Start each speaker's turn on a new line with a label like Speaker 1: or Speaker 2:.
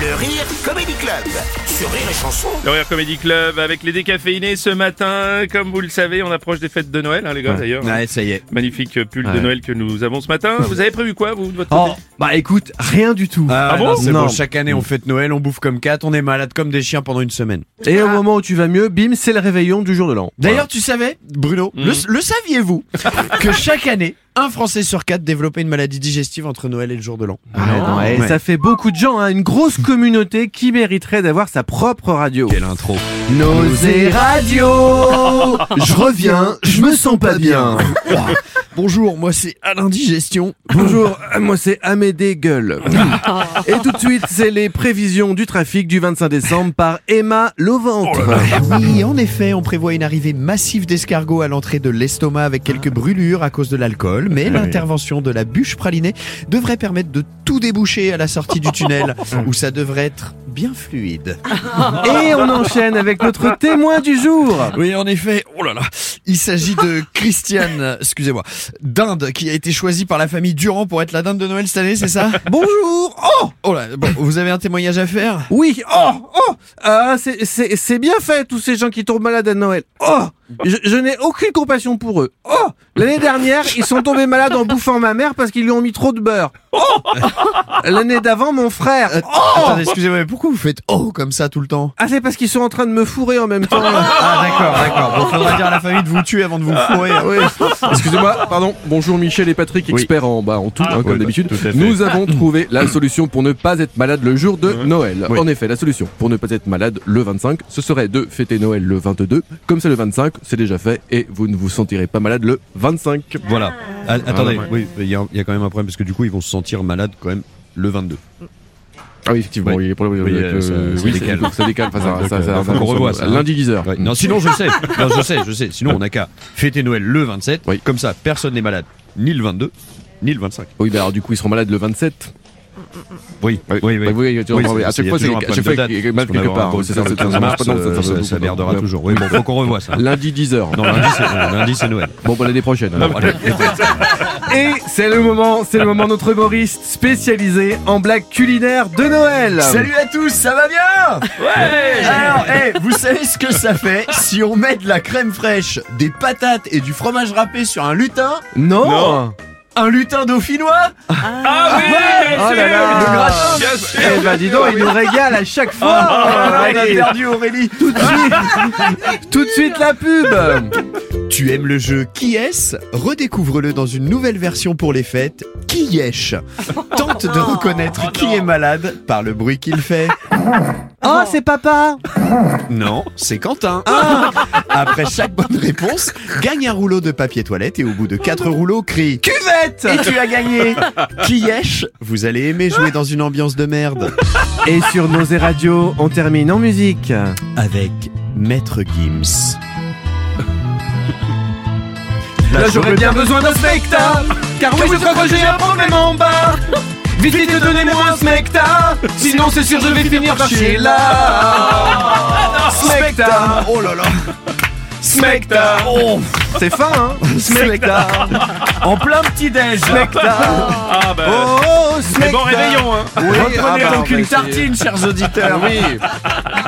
Speaker 1: Le Rire Comedy Club sur Rire et Chanson.
Speaker 2: Le Rire Comedy Club avec les décaféinés ce matin. Comme vous le savez, on approche des fêtes de Noël, hein, les gars, d'ailleurs.
Speaker 3: Ouais, ça y est.
Speaker 2: Magnifique pull de
Speaker 3: Ouais.
Speaker 2: Noël que nous avons ce matin. Vous avez prévu quoi, vous, de votre
Speaker 3: Oh,
Speaker 2: côté
Speaker 3: bah écoute, rien du tout.
Speaker 2: Ah bon
Speaker 3: non, c'est
Speaker 4: Non.
Speaker 3: bon, chaque année on fête Noël, on bouffe comme quatre, on est malade comme des chiens pendant une semaine.
Speaker 4: Et au moment où tu vas mieux, bim, c'est le réveillon du jour de l'an.
Speaker 3: Ah. D'ailleurs, tu savais, Bruno, Mm. le, le saviez-vous que chaque année, un Français sur quatre développait une maladie digestive entre Noël et le jour de l'an
Speaker 4: Voilà.
Speaker 3: non,
Speaker 4: Ouais,
Speaker 3: Ah, ouais.
Speaker 4: eh, Ça fait beaucoup de gens, hein, une grosse communauté qui mériterait d'avoir sa propre radio.
Speaker 3: Quelle intro
Speaker 4: Nausée radio Je reviens, je me sens pas bien.
Speaker 3: Bonjour, moi c'est Alain Digestion.
Speaker 4: Bonjour, euh, moi c'est Amédée Gueule. Et tout de suite, c'est les prévisions du trafic du 25 décembre par Emma Lovante.
Speaker 3: Oh Eh Oui, en effet, on prévoit une arrivée massive d'escargots à l'entrée de l'estomac avec quelques brûlures à cause de l'alcool, mais l'intervention de la bûche pralinée devrait permettre de tout déboucher à la sortie du tunnel, où ça devrait être bien fluide.
Speaker 4: Et on enchaîne avec notre témoin du jour.
Speaker 3: Oui, en effet, oh là là, il s'agit de Christiane, excusez-moi, dinde, qui a été choisie par la famille Durand pour être la dinde de Noël cette année, c'est ça Bonjour Oh Oh là, bon, vous avez un témoignage à faire
Speaker 4: Oui, oh, oh, ah, c'est- c'est c'est bien fait, tous ces gens qui tombent malades à Noël. Oh, je, je n'ai aucune compassion pour eux. Oh, l'année dernière, ils sont tombés malades en bouffant ma mère parce qu'ils lui ont mis trop de beurre. Oh, l'année d'avant, mon frère.
Speaker 3: Attendez, excusez-moi, mais pourquoi vous faites oh comme ça tout le temps
Speaker 4: Ah, c'est parce qu'ils sont en train de me fourrer en même temps.
Speaker 3: Ah d'accord, d'accord. Ah. Bon, faudra dire à la famille de vous tuer avant de vous fourrer.
Speaker 4: Oui. Excusez-moi, pardon. Bonjour Michel et Patrick, experts en, bah, en tout,
Speaker 3: Ah,
Speaker 4: hein, comme d'habitude. Nous avons trouvé la solution pour ne pas être malade le jour de Noël. En effet, la solution pour ne pas être malade le 25, ce serait de fêter Noël le 22. Comme c'est le 25, c'est déjà fait et vous ne vous sentirez pas malade le 25.
Speaker 3: Voilà. A- attendez,
Speaker 4: Ah,
Speaker 3: oui, il y, a il y a quand même un problème parce que du coup ils vont se sentir malades quand même le 22.
Speaker 4: Ah oui, effectivement,
Speaker 3: Oui.
Speaker 4: il y a des problèmes
Speaker 3: Oui,
Speaker 4: avec,
Speaker 3: euh, ça-
Speaker 4: euh,
Speaker 3: ça
Speaker 4: oui,
Speaker 3: décale.
Speaker 4: c'est- ça décale. enfin, ça-
Speaker 3: Donc,
Speaker 4: ça-
Speaker 3: euh,
Speaker 4: ça-
Speaker 3: faut
Speaker 4: ça-
Speaker 3: qu'on
Speaker 4: ça-
Speaker 3: revoie ça.
Speaker 4: Lundi 10h.
Speaker 3: Ouais. Non, sinon je sais. Non, je sais, je sais. Sinon on n'a qu'à fêter Noël le 27.
Speaker 4: Oui.
Speaker 3: Comme ça, personne n'est malade ni le 22 ni le 25.
Speaker 4: Oui, bah alors du coup, ils seront malades le 27.
Speaker 3: Oui, oui, oui.
Speaker 4: Bah, oui, tu
Speaker 3: Oui,
Speaker 4: vois,
Speaker 3: c'est-
Speaker 4: à
Speaker 3: c'est-
Speaker 4: chaque
Speaker 3: il y a
Speaker 4: fois, c'est
Speaker 3: toujours un
Speaker 4: à chaque fois,
Speaker 3: problème de
Speaker 4: il y a mal
Speaker 3: date, parce qu'on
Speaker 4: quelque
Speaker 3: va avoir
Speaker 4: part.
Speaker 3: un
Speaker 4: C'est ça, c'est
Speaker 3: problème
Speaker 4: ça
Speaker 3: de
Speaker 4: marche pas,
Speaker 3: mars,
Speaker 4: donc ça-
Speaker 3: euh,
Speaker 4: ça- ça-
Speaker 3: ça
Speaker 4: ça-
Speaker 3: merdera
Speaker 4: voilà.
Speaker 3: toujours. Oui, bon, faut qu'on revoie ça.
Speaker 4: Lundi 10h.
Speaker 3: Non, lundi c'est lundi, c'est Noël.
Speaker 4: Bon, bah l'année prochaine. alors.
Speaker 5: Et c'est le moment, c'est le moment notre humoriste spécialisé en blagues culinaires de Noël.
Speaker 3: Salut à tous, ça va bien Ouais Alors, eh, vous savez ce que ça fait si on met de la crème fraîche, des patates et du fromage râpé sur un lutin
Speaker 5: Non,
Speaker 2: Non.
Speaker 3: Un lutin dauphinois
Speaker 2: Ah oui bien
Speaker 5: Oh là là.
Speaker 2: sûr
Speaker 5: Le gratin.
Speaker 2: Bien sûr.
Speaker 5: Eh ben dis donc, il nous régale à chaque fois.
Speaker 3: Ah, On a
Speaker 5: Allez,
Speaker 3: perdu Aurélie
Speaker 5: tout de suite, tout de suite la pub.
Speaker 3: Tu aimes le jeu Qui est-ce Redécouvre-le dans une nouvelle version pour les fêtes, Qui est-ce Tente de reconnaître qui est malade par le bruit qu'il fait.
Speaker 5: Oh, c'est papa.
Speaker 3: Non, c'est Quentin. Après chaque bonne réponse, gagne un rouleau de papier toilette et au bout de quatre rouleaux, crie
Speaker 5: Cuvette.
Speaker 3: Et tu as gagné Qui est-ce Vous allez aimer jouer dans une ambiance de merde.
Speaker 5: Et sur nos radios, on termine en musique.
Speaker 3: Avec Maître Gims.
Speaker 5: Là j'aurais bien besoin d'un spectacle Car oui je crois que j'ai un problème en bas Vite vite donnez-moi un smecta Sinon c'est sûr je vais finir par chez là Smecta
Speaker 3: Oh là là
Speaker 5: Smecta Oh. C'est fin hein Smecta En plein petit déj Smecta
Speaker 2: Ah bah,
Speaker 5: Oh
Speaker 2: c'est
Speaker 5: Smecta
Speaker 2: bon réveillon, hein
Speaker 5: Reprenez
Speaker 4: ah bah,
Speaker 5: donc
Speaker 4: on va
Speaker 5: une
Speaker 4: essayer.
Speaker 5: tartine chers auditeurs
Speaker 4: Oui.